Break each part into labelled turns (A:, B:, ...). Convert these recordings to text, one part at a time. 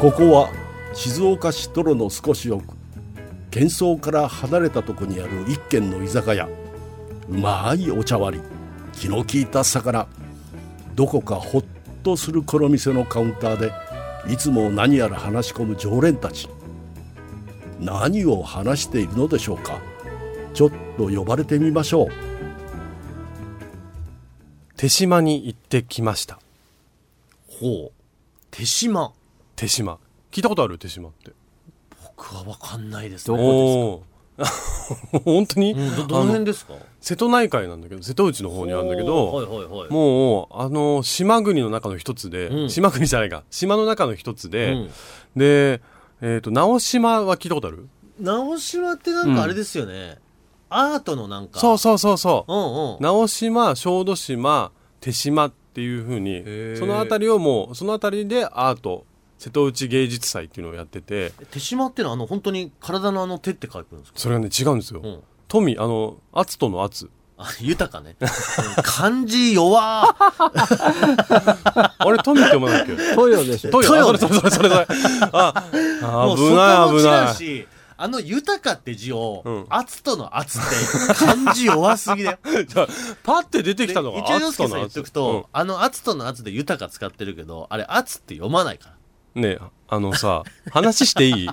A: ここは静岡市泥の少し奥喧騒から離れたとこにある一軒の居酒屋うまいお茶割り気の利いた魚どこかほっとするこの店のカウンターでいつも何やら話し込む常連たち何を話しているのでしょうかちょっと呼ばれてみましょう
B: 手島に行ってきました
C: ほう手島
B: 手島聞いたことある手島って
C: 僕は分かんないです
B: お
C: ね
B: おー 本当に、
C: うんどどの
B: あ
C: 辺
B: の
C: ですか
B: 瀬戸内海なんだけど瀬戸内の方にあるんだけど、
C: はいはいはい
B: もうあの島国の中の一つで、
C: うん
B: 島国じゃないか島の中の一つで、
C: うん
B: で、えー、と直島は聞いたことある
C: 直島ってなんかあれですよね、アートのなんか
B: そうそうそうそう
C: うんうん
B: 直島小豆島手島っていうふう
C: へ
B: に
C: ー
B: その辺りをもうその辺りでアート瀬戸内芸術祭っていうのをやってて
C: 手島ってのはあの本当に体のあの手って書くんですか
B: それがね違うんですよ、
C: うん
B: 富あの篤斗の篤
C: あ豊かねうん漢字 弱
B: あれ富って読まないっ け
D: トヨでしょ
B: 富
C: 富よ
B: あそれそれそれそれそれあ
C: も
B: あ
C: う
B: 危ない危
C: そこも違
B: な
C: う
B: い
C: しあの豊かって字を、
B: うん
C: 篤との篤って漢字弱す ぎだよ
B: パッて出て
C: で
B: き
C: 一
B: た
C: 応
B: のが
C: 洋
B: 篤
C: 介
B: 斗
C: さん
B: の
C: 言っとく
B: 篤
C: と、
B: うん
C: あの篤との篤で豊か使ってるけどあれ篤って読まないから
B: ねえあのさ話していい、 ね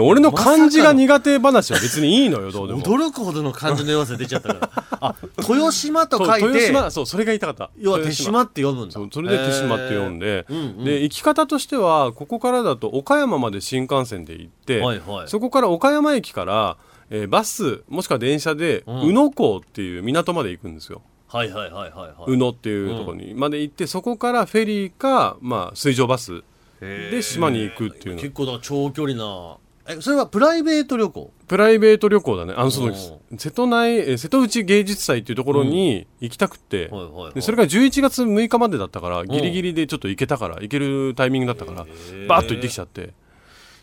B: 俺の漢字が苦手話は別にいいのよどうでも
C: 驚くほどの漢字の弱さ出ちゃったから あ豊島と
B: そう
C: 書い
B: 豊
C: て
B: 島そうそれが言いたかった
C: 要は手
B: 豊
C: 島って読むんだ
B: そうそれで手島って呼んで、
C: えーうんうん
B: で行き方としてはここからだと岡山まで新幹線で行って、
C: はいはい
B: そこから岡山駅から、えーバスもしくは電車で、
C: うん
B: 宇野港っていう港まで行くんですよ、
C: はいはいはいはい
B: 宇
C: はい
B: 野っていうところにまで行ってそこからフェリーか、まあ、水上バスで島に行くっていうの
C: 結構だから長距離なえそれはプライベート旅行
B: プライベート旅行だねあのその
C: う
B: 瀬戸内えー瀬戸内芸術祭っていうところに行きたくて、
C: はいはいはい
B: でそれが11月6日までだったからギリギリでちょっと行けたから行けるタイミングだったからバーッと行ってきちゃって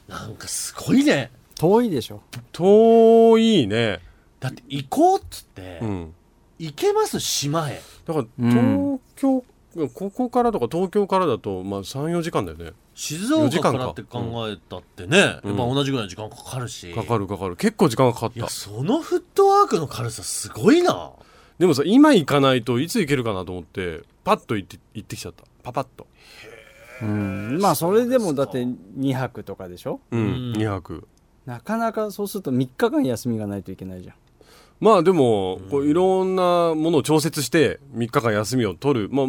C: なんかすごいね
D: 遠いでしょ
B: 遠いね、
C: だって行こうっつって、
B: うん、
C: 行けます島へ
B: だから
D: ん
B: 東京、ここからとか東京からだと、まあ、34時間だよね
C: 静
B: 四
C: 岡
B: 時
C: か
B: 間から
C: って考えたってね、
B: うん
C: やっぱ同じぐらいの時間かかるし
B: かかるかかる結構時間がかかっ
C: いや
B: た
C: そのフットワークの軽さすごいな
B: でもさ今行かないといつ行けるかなと思ってパッと行って行ってきちゃったパパッと、
D: うんまあそれでもだって2泊とかでしょ
B: うん
C: うん
B: 2泊
D: なかなかそうすると3日間休みがないといけないじゃん
B: まあでも、こういろんなものを調節して3日間休みを取る、まあ、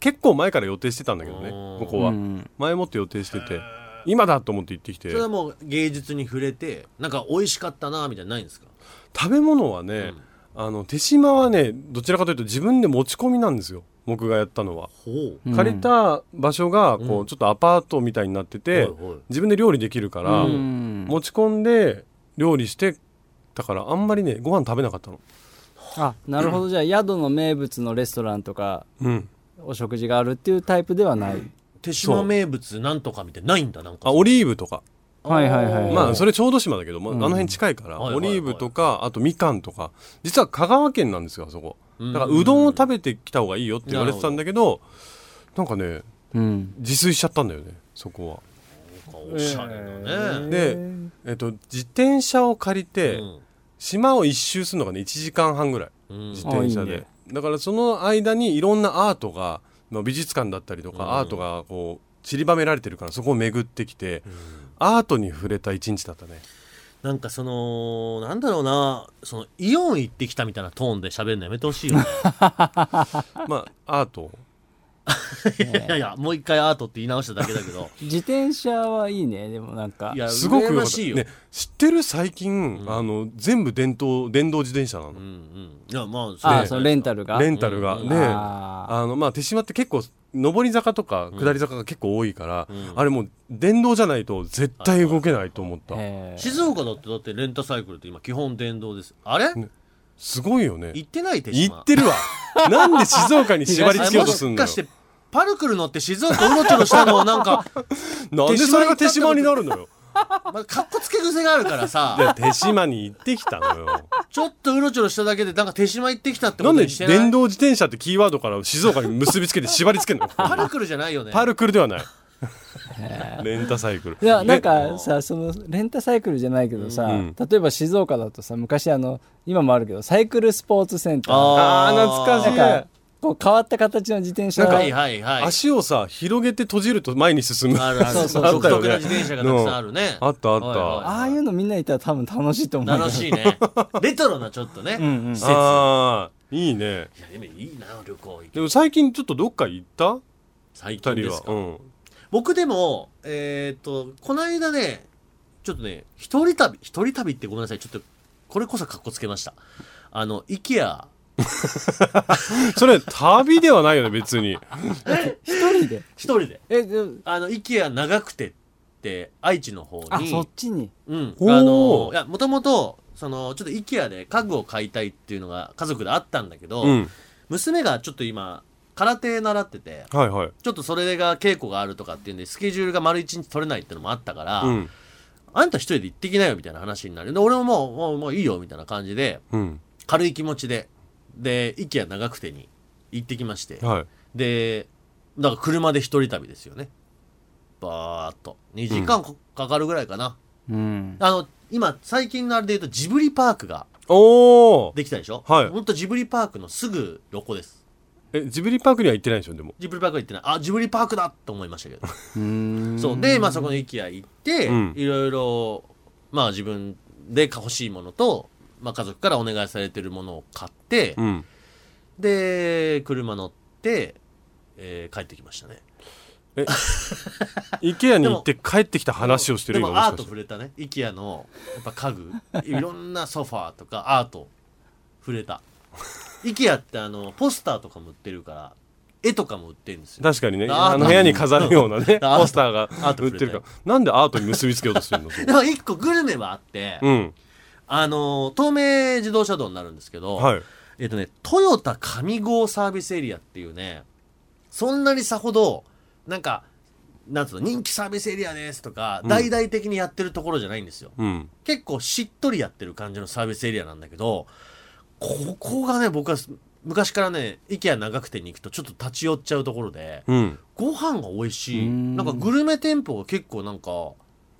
B: 結構前から予定してたんだけどね
C: うん
B: ここは、
D: うん
B: 前もって予定してて今だと思って行ってきて
C: それはもう芸術に触れてなんか美味しかったなみたいなのないんですか
B: 食べ物はね、あの手島はねどちらかというと自分で持ち込みなんですよ僕がやったのは、
C: ほう
D: うん
B: 借りた場所がこうちょっとアパートみたいになってて、
C: はいはい
B: 自分で料理できるから、
D: うん
B: 持ち込んで料理してだからあんまりねご飯食べなかったの
D: あなるほどじゃあ宿の名物のレストランとか
B: うん
D: お食事があるっていうタイプではない
C: 手島名物なんとかみたいなのないんだなんか
B: あオリーブとか
D: はいはいはい
B: まあ
D: そ
B: それ小豆島だけど、まあ、あ
D: うん
B: の辺近いから、
C: はいはい
B: オ
C: はい
B: リーブとかあとみかんとか実は香川県なんですよあそこ
C: うん
B: だからうどんを食べてきた方がいいよって言われてたんだけどなんかね
D: うん
B: 自炊しちゃったんだよねそこは。
C: おしゃれだね、
B: で、えっと、自転車を借りて、島を一周するのがね1時間半ぐらい
C: うんうん
B: 自転車で
D: あいいね
B: だからその間にいろんなアートが、まあ、美術館だったりとか、アートがこう散りばめられてるからそこを巡ってきて、アートに触れた一日だったね
C: なんかそのなんだろうなそのイオン行ってきたみたいなトーンで喋るのやめてほしいよね
B: まあアート
C: いやいやいやもう一回アートって言い直しただけだけど
D: 自転車はいいねでもなんか
C: い や
B: すごくよ
C: 羨
B: か
C: ま
B: った、
C: しいよ、
B: ね、知ってる最近、あの全部電動電動自転車なの、
C: うんうんいやまあ
D: あ
C: ね
D: そのレンタルが
B: レンタルが、
C: うん
B: ね
D: あー
B: あのまあ手島って結構上り坂とか下り坂が結構多いから、あれもう電動じゃないと絶対動けないと思った、
D: えー
C: 静岡だってだってレンタサイクルって今基本電動ですあれ、
B: すごいよね
C: 行ってない手
B: 行
C: 島
B: ってるわなんで静岡に縛り付けようとす
C: あ
B: ん
C: も
B: のよ
C: し かしてパルクル乗って静岡うろちょろしたのをなんか、
B: なんでそれが手島になるのよ
C: まあ、かっこつけ癖があるからさ
B: いや手島に行ってきたのよ
C: ちょっとうろちょろしただけで、なんか手島行ってきたってこ
B: な
C: と
B: んで
C: にしてない
B: 電動自転車ってキーワードから静岡に結びつけて縛り付けるの
C: パルクルじゃないよね。
B: パルクルではないレンタサイクル
D: いやなん
B: ね
D: かさそのレンタサイクルじゃないけどさ、
B: うん
D: 例えば静岡だとさ昔あの今もあるけどサイクルスポーツセンター
B: あー懐かしい
D: なんかこう変わった形の自転車
C: はいはいはい。
B: 足をさ広げて閉じると前に進む
C: あるある。
D: そうそう
C: 独特な自転車がたくさんあるね。
B: あったあった
C: はい
D: あ
C: は
D: あいうのみんないたら多分楽しいと思う
C: い楽し いね。レトロなちょっとね。
D: うんうん
C: 施設。いや、
B: あーいいね
C: でもいいな、旅行行
B: で
C: く。
B: も最近ちょっとどっか行った
C: 最近
B: 二
C: で
B: 人
C: す
B: は
C: か。
B: うん
C: 僕でも、えーっと、この間ね、ちょっとね、一人旅、一人旅ってごめんなさい。ちょっと、これこそかっこつけました。あの、イケア。
B: それ旅ではないよね別 に
D: 一人で
C: 一人で。
D: えで
C: あの、イケア長くてって、愛知の方に。
D: あそっちに
C: うん。
B: おー
C: あの、いや、もともと、その、ちょっと IKEA で家具を買いたいっていうのが家族であったんだけど、
B: うん
C: 娘がちょっと今、空手習ってて、
B: はいはい
C: ちょっとそれが稽古があるとかっていうんで、スケジュールが丸一日取れないってのもあったから、
B: うん
C: あんた一人で行ってきなよみたいな話になる。で、俺ももう、もうもういいよみたいな感じで、
B: うん
C: 軽い気持ちで、で、IKEA 長久手に行ってきまして、
B: はい
C: で、だから車で一人旅ですよね。バーっと。2時間かかかるぐらいかな。
D: うん
C: あの、今、最近のあれで言うと、ジブリパークが
B: おー
C: できたでしょ
B: はい
C: ほんとジブリパークのすぐ横です。
B: えジブリパークには行ってないでしょでも
C: ジブリパーク行ってない。あ、ジブリパークだと思いました けど。
D: うん
C: そう。で、まあそこの IKEA 行って、
B: うん
C: いろいろ、まあ自分で欲しいものと、まあ家族からお願いされてるものを買って、
B: うん
C: で、車乗って、えー帰ってきましたね。
B: IKEA に行って帰ってきた話をしてる
C: で
B: 今
C: もアー
B: もしか
C: ト
B: して
C: 触れたね。IKEA の、やっぱ家具、いろんなソファーとかアート触れた。IKEA ってあの、ポスターとかも売ってるから、絵とかも売ってるんですよ。
B: 確かにね
C: アート
B: あの部屋に飾るような ね
C: アート
B: ポスターが
C: アート
B: 売
C: 触
B: っ
C: れ
B: て
C: たよ
B: るからなんでアートに結びつけようとしてる の
C: でも一個グルメはあって、
B: うん
C: あの、東名自動車道になるんですけど、
B: はい
C: えっとね、トヨタ上郷サービスエリアっていうね、そんなにさほど、なんか、なんつうの、人気サービスエリアですとか、
B: うん
C: 大々的にやってるところじゃないんですよ。
B: うん
C: 結構しっとりやってる感じのサービスエリアなんだけど、ここがね、僕はす昔からね、IKEA 長久手に行くとちょっと立ち寄っちゃうところで、
B: うん
C: ご飯が美味しい。
D: うーん
C: なんかグルメ店舗が結構なんか、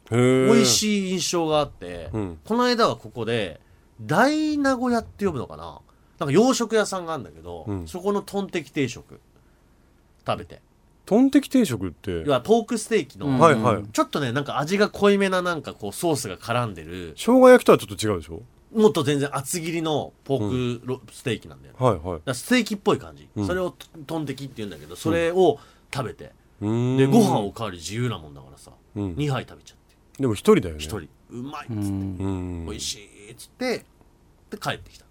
B: へえ
C: 美味
B: い
C: しい印象があって、
B: うん
C: この間はここで、大名古屋って呼ぶのかななんか洋食屋さんがあるんだけど、
B: うん
C: そこのトンテキ定食食べて。
B: トンテキ定食って
C: 要はポークステーキの、
D: うん
B: はいはい
C: ちょっとね、なんか味が濃いめななんかこうソースが絡んでる、
B: 生姜焼きとはちょっと違うでしょ
C: もっと全然厚切りのポークロ、ステーキなんだよね。だか
B: はいはい
C: らステーキっぽい感じ。
B: うん
C: それをトトンテキって言うんだけど、それを食べて。
B: うーん
C: で、ご飯おかわり自由なもんだからさ、
B: うん
C: 2杯食べちゃって、
B: でも一人だよね
C: 1人。うまいっつって。
D: うん
B: うん
C: 美味しいっつってで帰ってきたね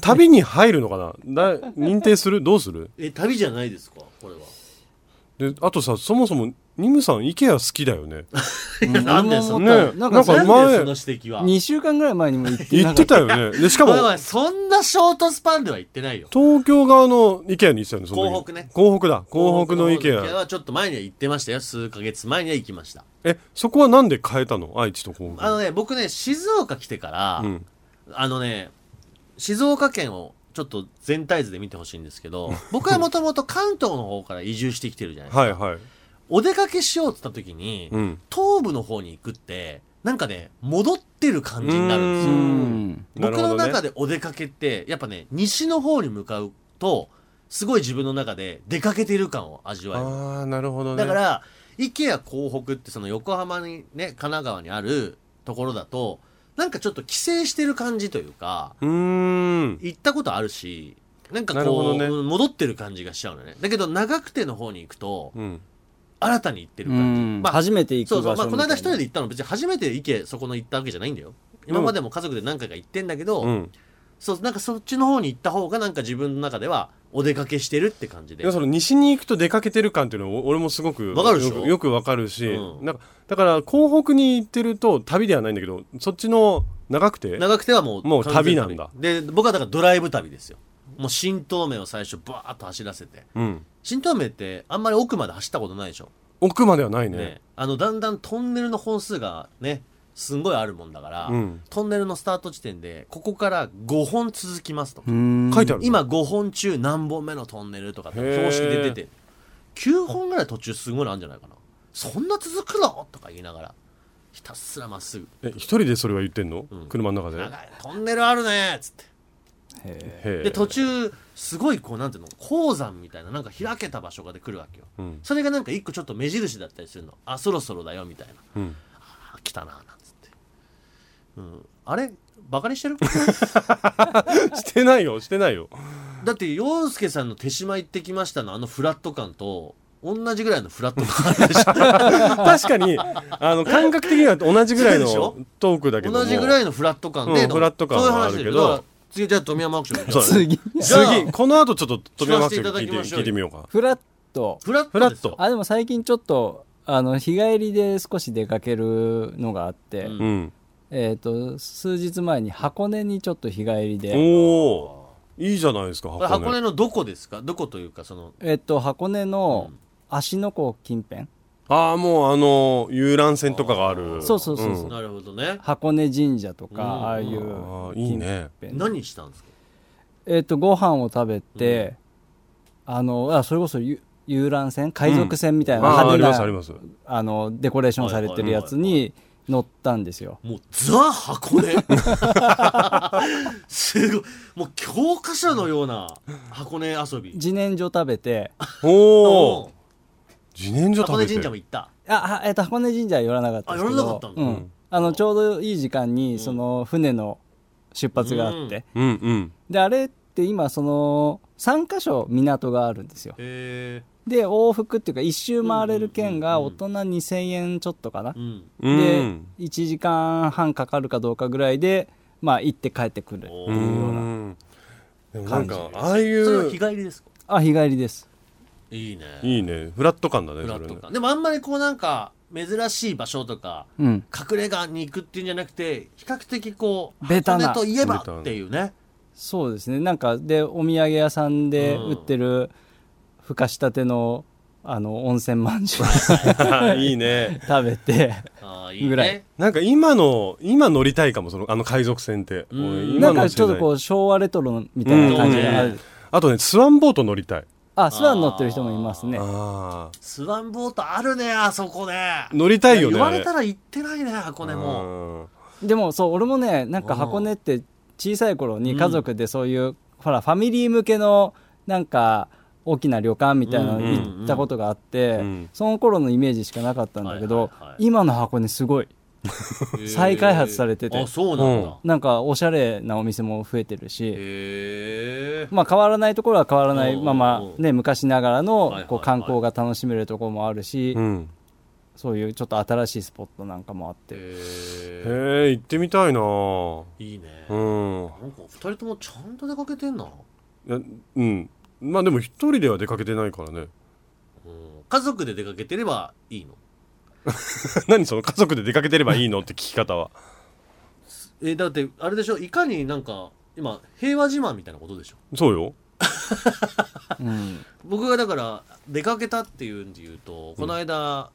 B: 旅に入るのかなだ認定するどうする
C: え旅じゃないですかこれは
B: であとさそもそもニムさん IKEA 好きだよ ね
D: うん
C: なんでそんな
D: 俺も思ったなん
B: ね
D: かそれ
B: な
C: なんん
B: か前
C: でその指摘は
D: 2週間ぐらい前にも行って
B: 行
D: な
B: っ
D: か
B: て
D: った
B: よねでしか
C: お
B: も
C: いおいそんなショートスパンでは言ってないよ
B: 東京側の IKEA に行ってたよねその時
C: 港北ね
B: 港北だ港北の
C: 東北
B: IKEA
C: はちょっと前には行ってましたよ数ヶ月前には行きました
B: えそこはなんで変えたの愛知と港
C: あ
B: 北
C: のね僕ね静岡来てから、
B: うん
C: あのね静岡県をちょっと全体図で見てほしいんです けど僕はもともと関東の方から移住してきてるじゃないですか、
B: はいはい
C: お出かけしようって言った時に、
B: うん
C: 東部の方に行くってなんかね戻ってる感じになるんですよ
D: うん
B: なる
C: 僕
B: ほど
C: の
B: ね
C: 中でお出かけって、やっぱね、西の方に向かうと、すごい自分の中で出かけている感を味わ
B: ああなるほ
C: え
B: ど
C: る。
B: ね
C: だから、IKEA 江北ってその横浜にね、神奈川にあるところだと、なんかちょっと帰省してる感じというか、
B: うーん
C: 行ったことあるし、なんか
B: なるほ
C: こ
B: ど
C: う、
B: ね
C: うん戻ってる感じがしちゃうのね。だけど、長久手の方に行くと、
B: うん
C: 新たに行ってる
D: う
C: 感じ。
D: ん
C: まあ
D: 初めて行く
C: そう
D: 場
C: そ
D: 所
C: う、まあ、この間一人
D: で
C: で行ったの別に初めて IKEA そこの行ったわけじゃないんだよ。
B: ん
C: 今までも家族で何回か行ってんだけど、
B: うん
C: そう、なんかそっちの方に行った方がなんか自分の中ではお出かけしてるって感じで。
B: でもその西に行くと出かけてる感っていうのはお俺もすごく
C: わかるでしょ
B: よくよくわかるし、
C: うん
B: なんかだから港北に行ってると旅ではないんだけどそっちの長くて
C: 長くてはもう。
B: もう旅
C: 完全
B: なんだ
C: で、僕はだからドライブ旅ですよ。もう新東名を最初バーッと走らせて。
B: うん、
C: 新東名ってあんまり奥まで走ったことないでしょ。
B: 奥まではないね
C: ね。あの、だんだんトンネルの本数がね、すんごいあるもんだから、
B: うん
C: トンネルのスタート地点で、ここから5本続きますとか。
B: 書いてある
C: 今5本中何本目のトンネルとかって
B: へー
C: 標識で出てる。9本ぐらい途中すごいのあるんじゃないかな。そんな続くのとか言いながらひたすらまっすぐ
B: え一人でそれは言ってんの、
C: ん
B: 車の中
C: 「
B: でへ
C: 長いトンネルあるね」っつって
D: へ
B: え
C: で途中すごいこうなんていうの鉱山みたいななんか開けた場所がで来るわけよ、
B: うん
C: それがなんか一個ちょっと目印だったりするのあそろそろだよみたいな
B: うん
C: あ来たななんつって、うん、あれバカにしてる
B: してないよしてないよ
C: だって洋介さんの手島行ってきましたのあのフラット感と同じぐらいのフラット感あるで しょ
B: 確かにあの感覚的には同じぐらいの
C: そうで
B: トークだけども
C: 同じぐら
B: い
C: いのフラット感で、
B: うんフラット感
C: そういう
B: はあ
C: 話
B: るけ
C: で
B: ど
C: だから次じゃあ富山アクションでしょ
B: そうだね
D: 次
C: じゃあ
B: 次この後ちょっと飛びます
C: 聞かせていただ
B: 聞い
C: き
B: て
C: ましょうよ
B: 聞いてみようか
D: フラット
C: フラット
B: フラ
C: で
B: ッ
C: すよ
B: ト
D: あでも最近ちょっとあの日帰りで少し出かけるのがあって、
C: うん
B: うん
D: えっ、と数日前に箱根にちょっと日帰りで、
B: おおいいじゃないですか
C: これ
B: 箱
C: 箱
B: 根
C: 根のどこですかどこというかその
D: えっ、と箱根の芦ノ湖近辺、
B: ああもうあの遊覧船とかがある
D: そうそうそうそうん
C: なるほどね
D: 箱根神社とか、
C: うん
D: ああいう
B: あーいいね
D: 近辺
C: 何したんですか
D: えっ、とご飯を食べて、あのあそれこそゆ遊覧船海賊船みたいな
B: あーあ
D: 派手
B: り
D: な、
B: ますあります
D: あのデコレーションされてるやつに乗ったんですよ、
C: もうザ箱根 すごいもう教科書のような箱根遊び
D: 自然薯食べて
B: お
C: う
B: お
C: ん
B: 自然薯食
C: 箱
B: べ
C: 根
B: て
C: 神社も
B: る
C: 行った
D: あ、はえっと、箱根神社は寄らなかったですけど。
C: あ寄らなかったんだ
D: う。
C: うん
D: あの、ちょうどいい時間に、その、船の出発があって。
B: うんうん
D: で、あれって今、その、3カ所港があるんですよ。
C: へ
D: で、往復っていうか、一周回れる券が大人2000円ちょっとかな
C: えう。ん
B: う
D: で
B: ん、
D: 1時間半かかるかどうかぐらいで、まあ、行って帰ってくる。
C: お
B: う
C: ー
B: んでもなんか
D: 感じ
B: ああい
C: それは
B: う
C: 日帰りですか
D: あ、日帰りです。
C: いいね
B: いいねフラット感だね
C: フ
B: そ
C: ラ
B: れ
C: ッ
B: ね
C: ト感でもあんまりこうなんか珍しい場所とか
D: うん。
C: 隠れ家に行くっていうんじゃなくて比較的こう
D: ベタな
C: 箱根といえばっていうね
D: そうですね。なんか、で、お土産屋さんで売ってる、ふかしたての、あの、温泉まんじゅう
B: いいね
D: 食べて、
C: ああいい
D: ぐらい
C: ね
B: なんか今の今乗りたいかもそのあの海賊船って
C: ん
B: 俺
D: な
B: 今
D: んか
B: の
D: ちょっとこう昭和レトロみたいな感じがある、
C: うん
B: あとねスワンボート乗りたい
D: あスワン乗ってる人もいますね
B: ああ
C: スワンボートあるねあそこね
B: 乗りたいよね
C: 言われたら行ってないね箱根も
B: も
D: でもそう俺もねなんか箱根って小さい頃に家族でそういう、ほらファミリー向けのなんか大きな旅館みたいなの
B: うん
D: 行ったことがあって、
B: うん
D: その頃のイメージしかなかったんだけど、
C: はいはいはい
D: 今の箱根すごい再開発されてて
C: あそうなん
B: うん
C: だ
D: なんかおしゃれなお店も増えてるし、
C: へえ
D: まあ、変わらないところは変わらないま
C: う
D: ま
C: んうん、うん
D: ね、昔ながら
C: はいはい
D: の
C: はい
D: こう観光が楽しめるところもあるし、
B: うん
D: そういうちょっと新しいスポットなんかもあって、
B: へえ行ってみたいなぁ
C: いいね
B: う
C: なん
B: ん
C: か二人ともちゃんと出かけてんな、
B: いやうんまあでも一人では出かけてないからね
C: うん、家族で出かけてればいいの
B: 何その家族で出かけてればいいのって聞き方は
C: えだってあれでしょいかになんか今平和自慢みたいなことでしょ
B: そうよ
D: うん
C: 僕がだから出かけたっていうんで言うとこの間、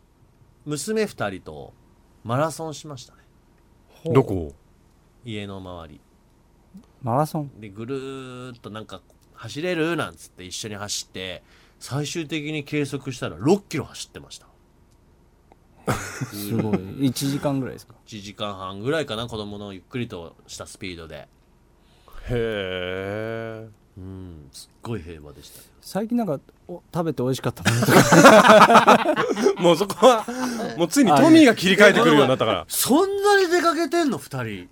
C: 娘2人とマラソンしましたね
B: どこ
C: 家の周り
D: マラソン
C: でぐるーっとなんか走れるなんつって一緒に走って最終的に計測したら6キロ走ってました
D: すごい1時間ぐらいですか
C: 1時間半ぐらいかな子供のゆっくりとしたスピードで
B: へえ
C: うんすっごい平和でしたね
D: 最近なんかお食べて美味しかったものとか
B: もうそこはもうついにトミーが切り替えてくるようになったから
C: そんなに出かけてんの2人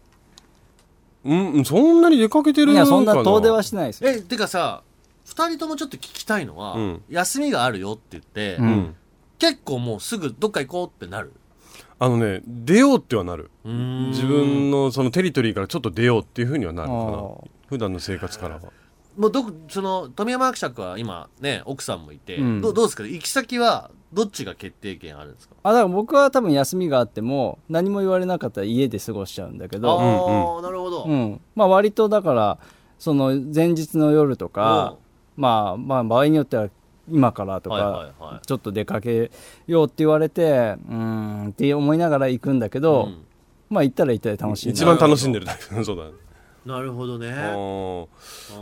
B: うんうんそんなに出かけてる
D: い
B: か
D: やそんな遠出は
B: し
D: してないですよ
C: えてかさ2人ともちょっと聞きたいのは、
B: うん
C: 休みがあるよって言って、
D: うん
B: うん
C: 結構もうすぐどっか行こうってなる
B: あのね出ようってはなる
C: 自
B: 自分のそのテリトリーからちょっと出ようっていうふうにはなるか
D: あ
B: な
D: ー
B: 普段の生活からは
C: もうどこその富山伯爵は今ね奥さんもいて、
D: うん
C: どうどうですか行き先はどっちが決定権あるんですか
D: あだから僕は多分休みがあっても何も言われなかったら家で過ごしちゃうんだけ
C: あ
D: ど、
C: あ、なるほど、
D: うんまあ、割とだからその前日の夜とか、まあ、まあ場合によっては今からとか、
C: はいはいはい
D: ちょっと出かけようって言われてうーんって思いながら行くんだけど、
C: うん
D: まあ行ったら行ったら楽しいな
B: 一番楽しんでるタイプ そうだね
C: なるほどね
B: あー
C: う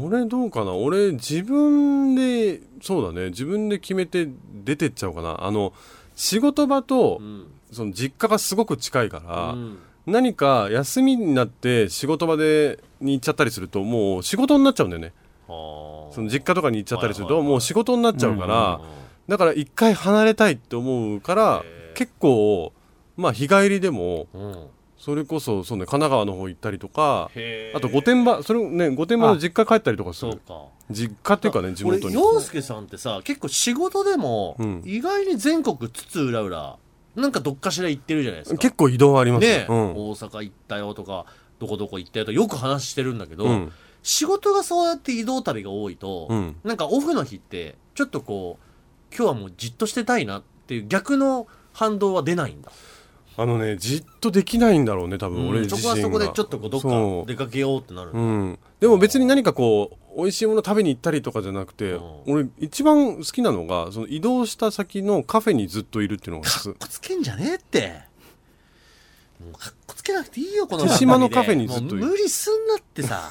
C: ん
B: 俺どうかな俺自分でそうだね自分で決めて出てっちゃうかなあの仕事場と
C: うん
B: その実家がすごく近いか
C: う
B: ら、
C: ん
B: 何か休みになって仕事場でに行っちゃったりするともう仕事になっちゃうんだよね
C: はあ
B: その実家とかに行っちゃったりする
C: はい
B: と
C: はいはい
B: もう仕事になっちゃうから、
C: うん
B: だから一回離れたいって思うから
C: へー
B: 結構まあ日帰りでも
C: うん
B: それこそそう、ね、神奈川の方行ったりとか
C: へえ
B: あと御殿場それをね御殿場の実家帰ったりとかす
C: そう
B: る
C: か
B: 実家っていうかね地元に
C: 俺洋介さんってさ結構仕事でも
B: うん
C: 意外に全国つつうらうらなんかどっかしら行ってるじゃないですか
B: 結構移動あります
C: ね
B: ね、うん
C: 大阪行ったよとかどこどこ行ったよとかよく話してるんだけど、
B: うん
C: 仕事がそうやって移動旅が多いと、
B: うん
C: なんかオフの日ってちょっとこう今日はもうじっとしてたいなっていう逆の反動は出ないんだ、
B: あのねじっとできないんだろうね多分俺
C: うん
B: 自
C: そ
B: 身
C: こ
B: が、
C: はそこでちょっとこうど
B: そ
C: っか
B: う
C: 出かけようってなる、
B: うん、でも別に何かこう美味しいもの食べに行ったりとかじゃなくて、
C: うん
B: 俺一番好きなのがその移動した先のカフェにずっといるっていうのが す
C: かっこつけんじゃねえってもうかっこつけなくていいよこの
B: 手島のカフェにずっといる
C: もう無理すんなって さ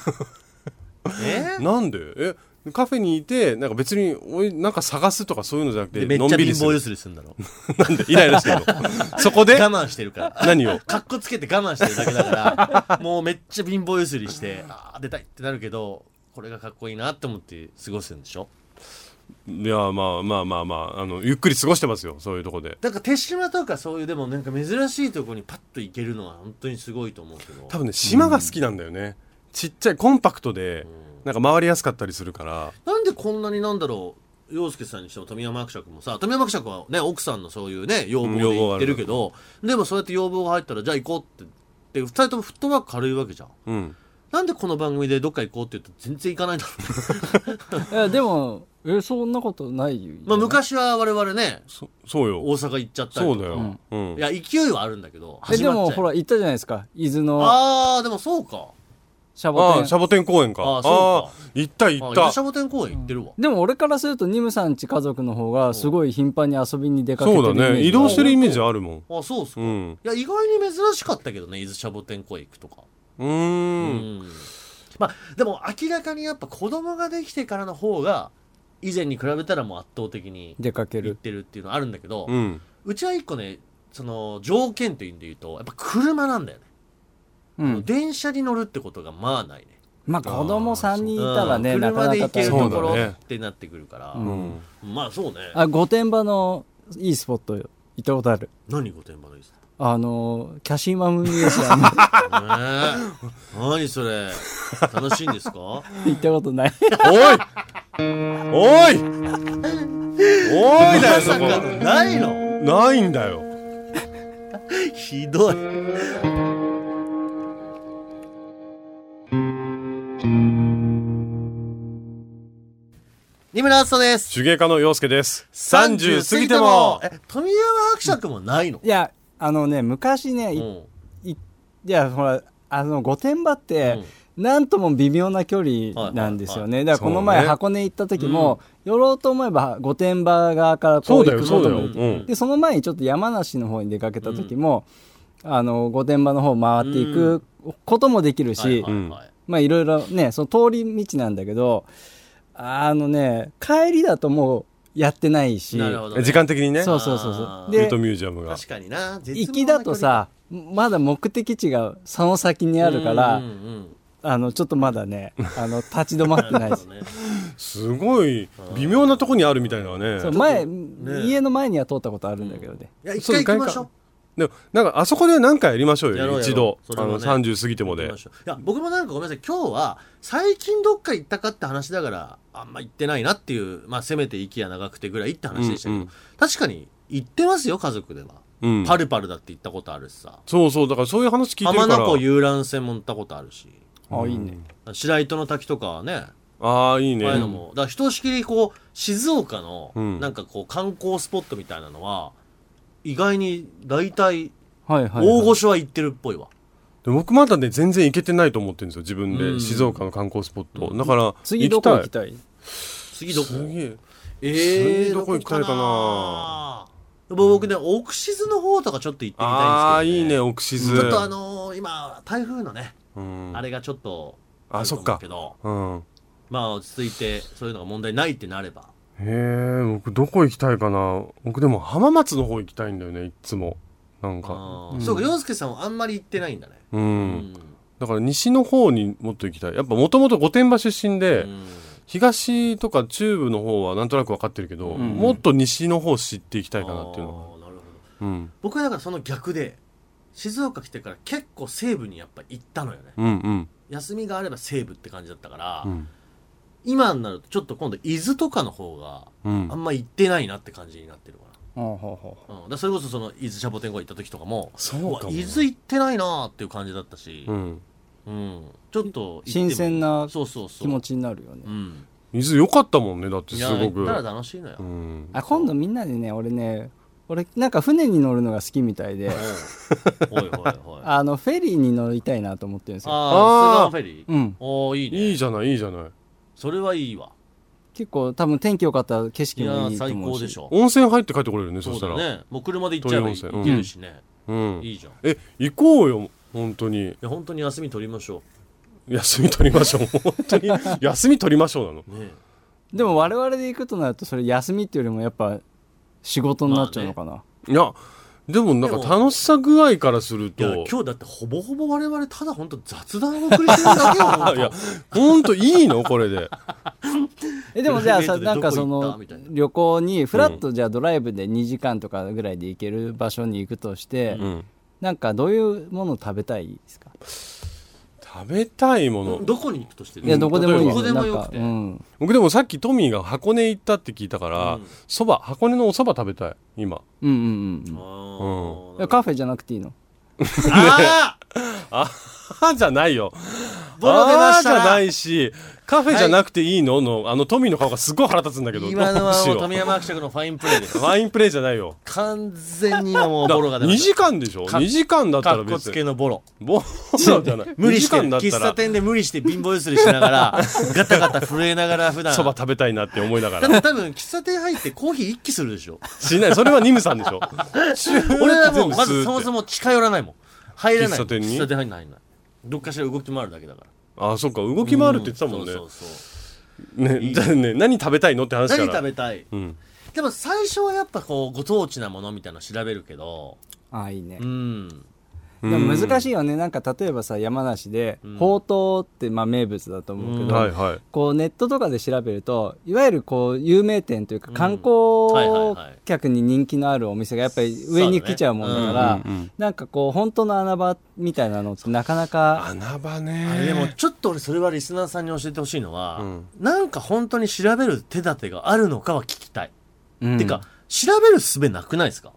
C: え
B: なんでえカフェにいてなんか別においなんか探すとかそういうのじゃなく
C: で
B: て
C: めっ
B: のん
C: ちゃ
B: び
C: 貧
B: りす
C: 乏ゆ
B: る
C: すりするんだろ
B: なん でイライラしてる のそこで
C: 我慢してるから
B: 何を
C: かっこつけて我慢してるだけだから、 もうめっちゃ貧乏ゆすりして、ああ、出たいってなるけど、これがかっこいいなって思って過ごしてるんでしょ
B: いやまあまあまあまああのゆっくり過ごしてますよそういうとこで
C: なんか手島とかそういうでもなんか珍しいとこにパッと行けるのは本当にすごいと思うけど。
B: 多分ね島が好きなんだよね、ちっちゃいコンパクトでなんか回りやすかったりするから
C: なんでこんなになんだろう、洋介さんにしても富山伯爵もさ、富山伯爵はね、奥さんのそういうね、要望で
B: うん要望
C: 言
B: は
C: っ
B: あ
C: て
B: る
C: るけど、でもそうやって要望が入ったら、じゃあ行こうって。で、二人ともフットワーク軽いわけじゃん。
B: うん
C: なんでこの番組でどっか行こうって言うと全然行かないんだ ろう。
D: いやでもえそんなことないよ
C: まあ昔は我々ね、
B: そそう
C: 大
B: よ
C: 阪行っちゃったり
B: そ
C: と
B: うだ
C: か
B: よ、うん
C: いや勢いはあるんだけど
D: え
C: 始
D: で
C: まっ
D: も
C: ちゃえ
D: ほら言ったじゃないですか伊豆の
C: あーでもそうか
D: シャボ
B: あ
D: テ
B: あ
D: ン
B: シャボテン公園か
C: あ
B: あ
C: あ
B: あ
C: そう
B: 行った
C: あ
B: 行っ
C: 伊豆シ
B: た
C: ャボテン公園行ってるわ、
D: でも俺からするとニムさんち家族の方がすごい頻繁に遊びに出かけてる
B: そうだね
D: イメージ
B: 移動してるイメージあるもん
C: あそうっすか、
B: う
C: い
B: ん
C: や意外に珍しかったけどね伊豆シャボテン公園行くとか
B: う
C: う
B: ーん
C: まあでも明らかにやっぱ子供ができてからの方が以前に比べたらもう圧倒的に
D: 出かけ
C: 行っ
D: る
C: てるっていうのはあるんだけど、う
B: うん
C: ちは一個ねその条件というんで言うとやっぱ車なんだよね、
D: うん
C: 電車に乗るってことがまあないね
D: まあ子供3人いたらね
C: うん
D: なか
C: 車
D: な
C: で
D: か
C: 行け
D: 大
C: る
D: 変
B: そう
C: と
B: だ
C: ころ
B: ね
C: ってなってくるから、
D: うん
B: うん
C: まあそうね
D: あ御殿場のいいスポットよ行ったことある
C: 何御殿場のいいっす
D: あのキャシーマムミュージアム
C: ねえ何それ楽しいんですか
D: 行ったことない
B: おいおいおいだ よそこ
C: ないの
B: ないんだよ
C: ひどい二村敦人です
B: 手芸家の洋介です30過ぎても
C: え富山伯爵もないの
D: いやあのね昔ね、
C: うん
D: いいいやほらあの御殿場って、なんとも微妙な距離なんですよね、だからこの
B: そう
D: 前
B: ね
D: 箱根行った時も、寄ろうと思えば御殿場側からこ
B: そううだ
D: 行
B: よ
D: く
B: そ
D: こ
B: う
D: と
B: だ
D: も
B: よ
D: で
B: う
D: きる
B: ん
D: でその前にちょっと山梨の方に出かけた時も、あの御殿場の方回っていくこともできるし、
C: はいはいはい
D: まあいろいろね、その通り道なんだけど、あのね、帰りだともうやってないし、
C: なるほどね
B: 時間的にね
D: そうそうそう
C: あー
D: そう。
B: ビュ
D: で
B: ート、ミュージアムが
C: 確かにな絶
D: 行
C: 望
D: きだとさ、まだ目的地がその先に
C: な
D: あ
C: 距離
D: るから、
C: うんうん
D: あの、ちょっとまだね、あの、立ち止まって
C: うん
D: な
C: な
D: い
C: る
D: し
C: ほ。どね
B: すごい微妙なとこにあるみたいなね
D: そう前、
C: ね
D: 家の前には通ったことあるんだけどね。
C: いや一回行きましょう
B: でもなんかあそこで何かやりましょう
C: やろ
B: よ
C: うやろう
B: 一度
C: それ
B: あ
C: はね
B: の30過ぎても
C: 行き
B: で
C: ましょういや僕もなんかごめんなさい今日は最近どっか行ったかって話だからあんま行ってないなっていうまあせめて息が長くてぐらいって話でしたけど、
B: うんうん
C: 確かに行ってますよ家族では、
B: うん
C: パルパルだって行ったことあるしさ
B: そうそうだからそういう話聞いて
C: 浜
B: るか
C: 名
B: ら
C: 湖遊覧船も行ったことあるし
D: あ、いいね。
C: 白糸の滝とかはね
B: ああいい
C: あ
B: ね
C: あいうのもだからひとしきりこう静岡の
B: うん
C: なんかこう観光スポットみたいなのは意外に大体
D: はいはい、
C: 大
D: はい。
C: 御所は行ってるっぽいわ、
B: で僕まだね全然行けてないと思ってるんですよ自分で、
C: うん
B: 静岡の観光スポット、だから
D: 次どこ行きたい
C: 次どこ
B: 次
C: ええ
B: 次どこ行きたいかな
C: 僕ね奥静の方とかちょっと行ってみ
B: あ
C: た
B: あ
C: いんですけど、
B: いいね奥静
C: ちょっとあのー今台風のね、
B: うん
C: あれがちょっと
B: あ
C: る
B: そ
C: と思
B: っ
C: う
B: か
C: けど
B: うん
C: まあ落ち着いてそういうのが問題ないってなれば
B: へへえ僕どこ行きたいかな僕でも浜松の方行きたいんだよねいっつもなんか
C: あーそうか洋介さんはあんまり行ってないんだね
B: う、
C: うん
B: だから西の方にもっと行きたいやっぱもともと御殿場出身で、
C: うん
B: 東とか中部の方はなんとなく分かってるけど、
D: うん
B: もっと西の方知っていきたいかなっていうの
C: あーなるほど
B: がうん
C: 僕はだからその逆で静岡来てから結構西部にやっぱ行ったのよね
B: うんうん
C: 休みがあれば西部って感じだったから、
B: うん
C: 今になるとちょっと今度伊豆とかの方が
B: うん
C: あんま行ってないなって感じになってるか
D: ほうほうほ
C: ら,、うん、だからそれこそその伊豆シャボテン号行った時とかも
B: そうかも
C: わ伊豆行ってないなーっていう感じだったし、
B: う
C: うん
B: ん
C: ちょっと行っても
D: 新鮮な
C: そうそう
D: う
C: そう
D: 気持ちになるよね
C: うん
B: 水良かったもんねだって
C: い
B: す
C: や
B: ご
C: 行
B: く
C: ったら楽しいのよ、
B: う
C: うん
B: ん
D: あ今度みんなでね俺ね俺なんか船に乗るのが好きみたいで
C: おいおいお いあ
D: あのフェリーに乗りたいなと思ってるんですよ
C: あ
B: あー
C: ースガンフェリー、
D: うん
C: おーいいね
B: いいじゃないいいじゃない
C: それはいいわ
D: 結構多分天気良かったら景
C: い
D: 色
C: や
D: もい
C: ー
D: いと
C: 最
D: 思う
C: 高
D: し
C: でしょ
B: 温泉入って帰ってこれるねそした
C: だ
B: ら
C: ねもう車で行っちゃえばい
B: 鳥温泉
C: 行けるしね、
B: うん
C: いいじゃんい
B: え行こうよ本当に
C: や本当に休み取りましょ
B: 休み取りましょう本当に休み取りましょうなの
C: うね
D: でも我々で行くとなるとそれ休みっていうよりもやっぱ仕事になっちゃうのかな、
B: いやでもなん
C: で
B: か
C: も
B: 楽しさ具合からする
C: いや
B: と
C: 今日だってほぼほぼ我々ただ本当雑談を送りしてるだ けよ本
B: いや本当
C: 当
B: いいのこれで
D: えでもじゃあ
C: プラ
D: さ
C: イベートでどこ
D: なんかそ
C: 行った
D: の
C: みたいな
D: 旅行にフラッとじゃあドライブで2時間とかぐらいで行ける場所に行くとして、
B: うん
D: なんかどういうものを食べたいですか、
B: 食べたいもの
C: どこに行くとして
D: いやどこでもいい
C: で
D: です
C: ど
D: す
C: こでもよ
D: なん
C: くて、
D: かうん、
B: 僕でもさっきトミーが箱根行ったって聞いたから
C: うん
B: そば、箱根のおそば食べたい今
D: うんうんうん
C: あ
D: いや
C: ー
D: カフェじゃなくていいの
C: あー
B: はじゃないよ
C: ボロ出ま
B: あ
C: し
B: ーじゃ
C: たな
B: ないしカフェじゃなくていいののあのトミーの顔がすごい腹立つんだけど
C: 今のはもう
B: どうし
C: 富
B: よ
C: 山伯爵のファインプレーです
B: うワインプレイじゃないよ
C: 完全に今もうボロが出ま
B: 2
C: し
B: 時間でしょ
C: か
B: 2時間だったら
C: たかっこ
B: 別
C: つ
B: に
C: けのボロ
B: ボそうじゃない
C: 無理して
B: 2時間だっ
C: 喫
B: た
C: 茶
B: ら
C: 店で無理して貧乏ゆすりしな がらガタガタ震えながら普段
B: そば食べたいなって思いなが
C: だっ
B: ら
C: て多分喫茶店入ってコーヒー一気するでしょ
B: しないそれはニムさんでしょ
C: 俺はも
B: 全
C: う
B: 部
C: ま
B: 吸
C: ず
B: って
C: そもそも近寄らないもん入らない
B: 喫茶店に
C: 喫茶店入んない入んないどっかしら動き回るだけだから
B: あそっか動き回るって言ってたもんね,、
C: そうそうそう
B: ねじゃあね何食べたいのって話から
C: 何食べたい
B: うん、
C: でも最初はやっぱこうご当地なものみたいなの調べるけど
D: ああいいね
C: う、ん
D: でも難
B: し
D: しいよねなんか例えばさ山梨で、
C: うん
D: ほうとうってまあ名物だと思う
C: う
D: けど、
C: ん
B: はいはい
D: こうネットとかで調べるといわゆるこう有名店というか
C: うん
D: 観
C: はいはいは
D: 光
C: い
D: 客に人気のあるお店がやっぱり上に来ちゃうもんだか
C: そうだ
D: らなんかこう本当の穴場みたいなのってなかなか
B: 穴場
C: あれでも
B: ね
C: ちょっと俺それはリスナーさんに教えてほしいのは、
B: うん
C: なんか本当に調べる手立てがあるのかは聞きたい、
D: うん
C: てか調べる術なくないですか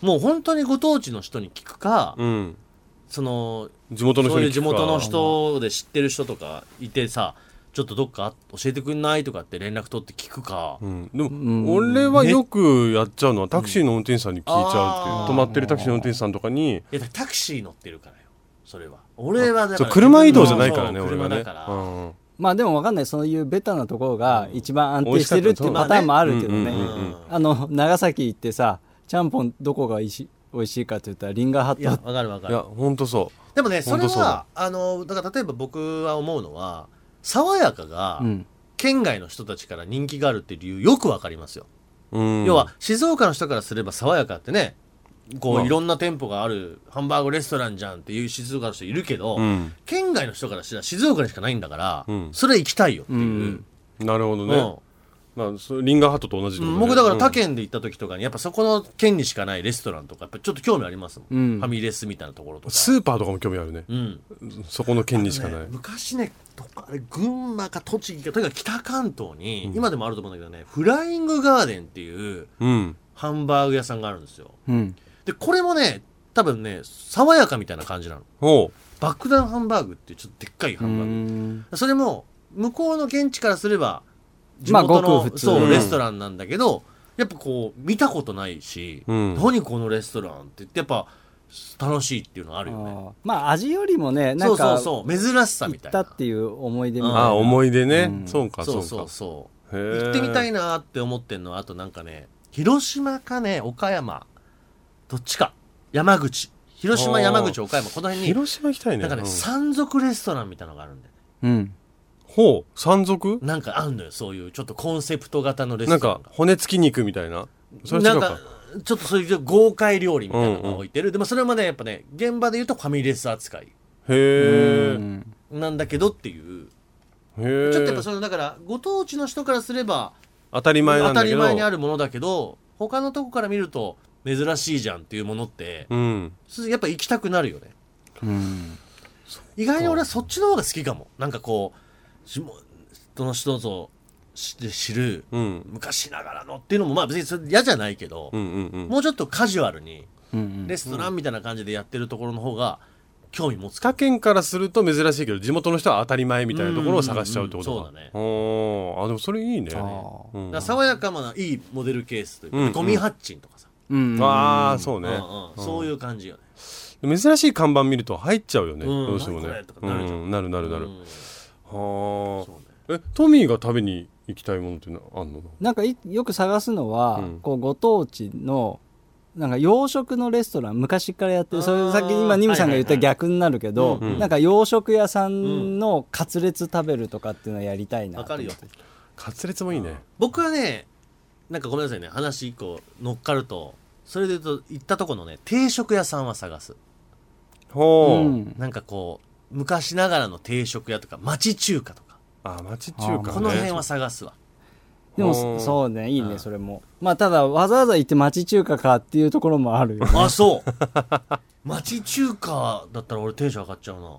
C: もう本当にご当地の人に聞くか、
B: うん
C: その
B: 地元の人
C: そう
B: に
C: い
B: 聞
C: う
B: くか
C: 地元の人で知ってる人とかいてさちょっとどっか教えてくんないとかって連絡取って聞くか、
B: うん、で
D: ん
B: も俺はよくやっちゃうのはタクシーの運転手さんに聞いちゃうっていう、
C: うん
B: 泊まってるタクシーの運転手さんとかに
C: いやタクシー乗ってるからよそれは俺はだか
B: そう
C: ら
B: 車移動じゃないからね
C: そう
B: 俺はね
C: 車だから、
B: うんうん
D: まあでもわかんないそういうベタなところが一番安定してるっていう
B: うん
D: パターンもあるけどね
B: うんうんうん
C: うん
D: あの長崎行ってさちゃんぽんどこが美味し美味しいかって言ったらリンガーハ
C: いや
D: ッ
C: わ
D: ト
C: かるわか
B: い
C: る
B: やほんとそ
C: でもねそ
B: 本
C: れ
B: 当そう
C: は
B: だ
C: あのだから例えば僕は思うのは爽やかが
D: うん
C: 県外の人たちから人気があるっていう理由よくわかりますよ、
B: う、うん、
C: 要は静岡の人からすれば爽やかってねこう、
B: まあ
C: いろんな店舗があるハンバーグレストランじゃんっていう静岡の人いるけど、
B: うん
C: 県外の人からしたら静岡にしかないんだから、
B: うん
C: それ行きたいよっていう、
D: うん
B: なるほど
C: うん
B: ね、まあ、そうリンガーハットと同じってことね
C: 僕だから他
B: うん
C: 県で行った時とかにやっぱそこの県にしかないレストランとかやっぱちょっと興味ありますもん、
D: うん
C: ファミレスみたいなところとか、
B: スーパーとかも興味あるね
C: うん、
B: そこの県にしかない、
C: ね昔ねどっかあれ群馬か栃木かとにかく北関東に、今でもあると思うんだけどねフライングガーデンっていう
B: うん
C: ハンバーグ屋さんがあるんですよ
D: うん
C: でこれもね多分ね爽やかみたいな感じなの
B: おう
C: 爆弾ハンバーグっていうちょっとでっかいハ
D: う
C: ンバーグ、
D: ん
C: それも向こうの現地からすれば地
D: まあ
C: 元の、
D: ごく普通
C: そううんレストランなんだけど、やっぱこう見たことないし、
B: うん
C: 何このレストランって言ってやっぱ楽しいっていうのあ
D: あ
C: るよね
D: ーまあ味よりもねな
C: そ
D: ん
C: うそう
D: か
C: そう珍しさ
D: 行
C: みた
D: っ
C: い
D: た
C: な
D: っていう思い出みたいな
B: ああ思い出ね、
D: うん
B: そうかそう
C: そう
B: か
C: そうそう
B: へー
C: 行ってみたいなって思ってんのはあとなんかね広島かね岡山どっちか山口広
B: あ
C: 島
B: ー
C: 山口岡山この辺に
B: 広島行きたいね
C: なんかね、
B: うん
C: 山賊レストランみたいなのがあるんだよね
D: うん
B: ほう山賊
C: なんかあんのよそういうちょっとコンセプト型のレス
B: な
C: トラ
B: ん
C: ン
B: か
C: が
B: 骨付き肉みたいなそれは
C: な
B: 違
C: ん
B: うか
C: かちょっとそういう豪快料理みたいなのが置いてる、でもそれまでやっぱね現場で言うとファミレス扱い
B: へえ
C: なんだけどっていう
B: へえ
C: ちょっとやっぱそのだからご当地の人からすれば
B: 当たり前な
C: 当
B: ん
C: た
B: だけ
C: り
B: ど
C: 前にあるものだけど他のとこから見ると珍しいじゃんっていうものって
B: うん
C: すやっぱ行きたくなるよね
D: うん
C: 意外に俺はそっちの方が好きかもなんかこうしも人の人ぞ知って知る
B: うん
C: 昔ながらのっていうのもまあ別にそれ嫌じゃないけど、
B: うんうんうん
C: もうちょっとカジュアルに
D: うん
C: レストランみたいな感じでやってるところの方が興味持つか
B: 他県からすると珍しいけど地元の人は当たり前みたいなところを探しちゃうってことか、
C: うんうんうんそうだね
B: おーあでもそれいいね
D: あ
B: う
C: だ
B: ん
C: から爽やかないいモデルケースというか、
B: うん
C: ゴミ発賃とかさ、
D: うん
B: あーそうね、
C: うんうんそういう感じよね、
B: 珍しい看板見ると入っちゃうよね、
C: うん
B: どうしてもね
C: 何これとかなるじゃん
B: うんなるなるなる、
C: うん
B: は
C: そうね
B: あえトミーが食べに行きたいものってなあんの
D: なんかいよく探すのは、
B: うん
D: こうご当地のなんか洋食のレストラン昔からやってるそ
C: あ
D: れ
C: ー
D: さっき今ニムさんが言った
C: はいはいはい
D: 逆になるけど、
C: うん
B: うん
D: なんか洋食屋さんのカツレツ食べるとかっていうのはやりたいな
C: わかるよ
B: カツレツもいいね
C: 僕はねなんかごめんなさいね話一個乗っかるとそれで言うと行ったとこのね定食屋さんは探す
B: ほう、
D: うん
C: なんかこう昔ながらの定食屋とか町中華とか
B: あ町中華ね
D: あー
C: この辺は探すわ
D: でも
B: うん
D: そうねいいうね
C: ん
D: それもまあただわざわざ行って町中華かっていうところもあるよ、ね、
C: あそう 町中華だったら俺テンション上がっちゃうな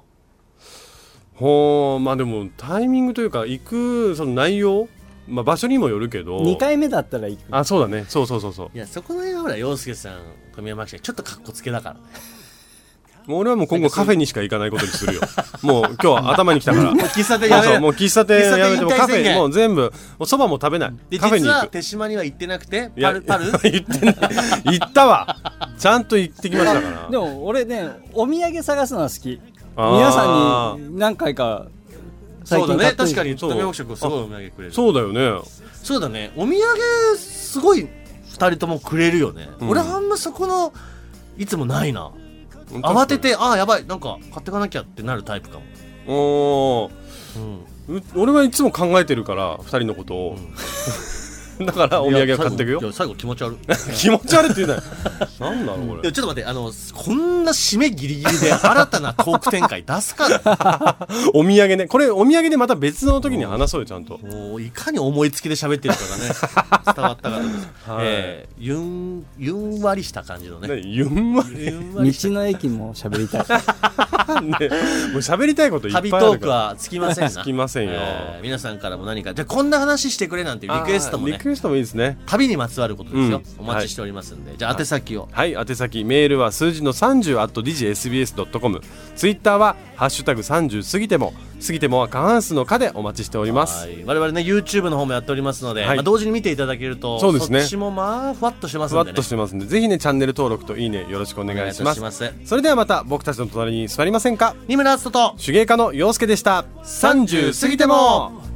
B: ほうまあでもタイミングというか行くその内容、まあ、場所にもよるけど
D: 2回目だったら行く
B: あそうだねそうそうそうそう
C: いやそこの辺はほら洋介さん富山記者ちょっとかっこつけだからね
B: もう俺はもう今後カフェにしか行かないことにするよ もう今日は頭にきたから
C: 喫茶
B: そ
C: 店 や
B: う
C: め
B: そうもう喫茶店やめても
C: 喫
B: カ
C: 茶店引退宣言
B: フェもう全部もうそばも食べない
C: で
B: カフェに
C: 実
B: 行
C: は
B: く
C: 手島には行ってなくて
B: い
C: パ
B: や
C: ル パル
B: 言ってない 行ったわちゃんと行ってきましたから
D: でも俺ねお土産探すのは好き
B: あー
D: 皆さんに何回か最
C: そう
D: 近
C: だ
D: 買
C: ね
D: ってる
C: 確かに
B: そう
C: 富山記者すごいお土産くれる
B: そうだよね
C: そうだねお土産すごい2人ともくれるよね、
B: うん
C: 俺あんまそこのいつもないな慌ててああやばいなんか買ってかなきゃってなるタイプかも、
B: おーう俺はいつも考えてるから2人のことを、 だからお土産は買ってく
C: い
B: よ
C: や最後いや最後気持ち悪い
B: 気持ち悪いって言うなよ何なのこ
C: いや
B: れ
C: ちょっと待ってあのこんな締めギリギリで新たなトーク展開出すから
B: お土産ねこれお土産でまた別の時に話そうよちゃんと
C: もういかに思いつきで喋ってるか がね伝わったかと思います、
B: はい
C: えーゆんゆんわりした感じのね
B: 何ゆんわり
C: ゆんわ
D: 道
C: りした
D: の駅も喋りたい
B: なんでもう喋りたいこといっぱいあ
C: 旅
B: る
C: ト
B: から
C: ークはつきませんな
B: つきませんよ
C: えー皆さんからも何かじゃあこんな話してくれなんていうリクエストも
B: あ
C: ね
B: ーリクエストもいいですね
C: 旅にまつわることですよ、
B: うん
C: お待ちしておりますんで、じゃあ宛先を
B: はい宛先メールは数字の30 at digsbs.com ツイッターは「ハッシュタグ #30 過ぎても過ぎても」は過半数の「か」でお待ちしております
C: はい我々ね YouTube の方もやっておりますので、
B: はい
C: まあ、同時に見ていただけると
B: そうですね
C: っちもまあふわっとしてます
B: ふわっ
C: んでね
B: としてますんでぜひねチャンネル登録といいねよろしくお願いします
C: お願いいたします
B: それではまた僕たちの隣に座りませんか
C: 二村篤人と
B: 手芸家の陽介でした30過ぎても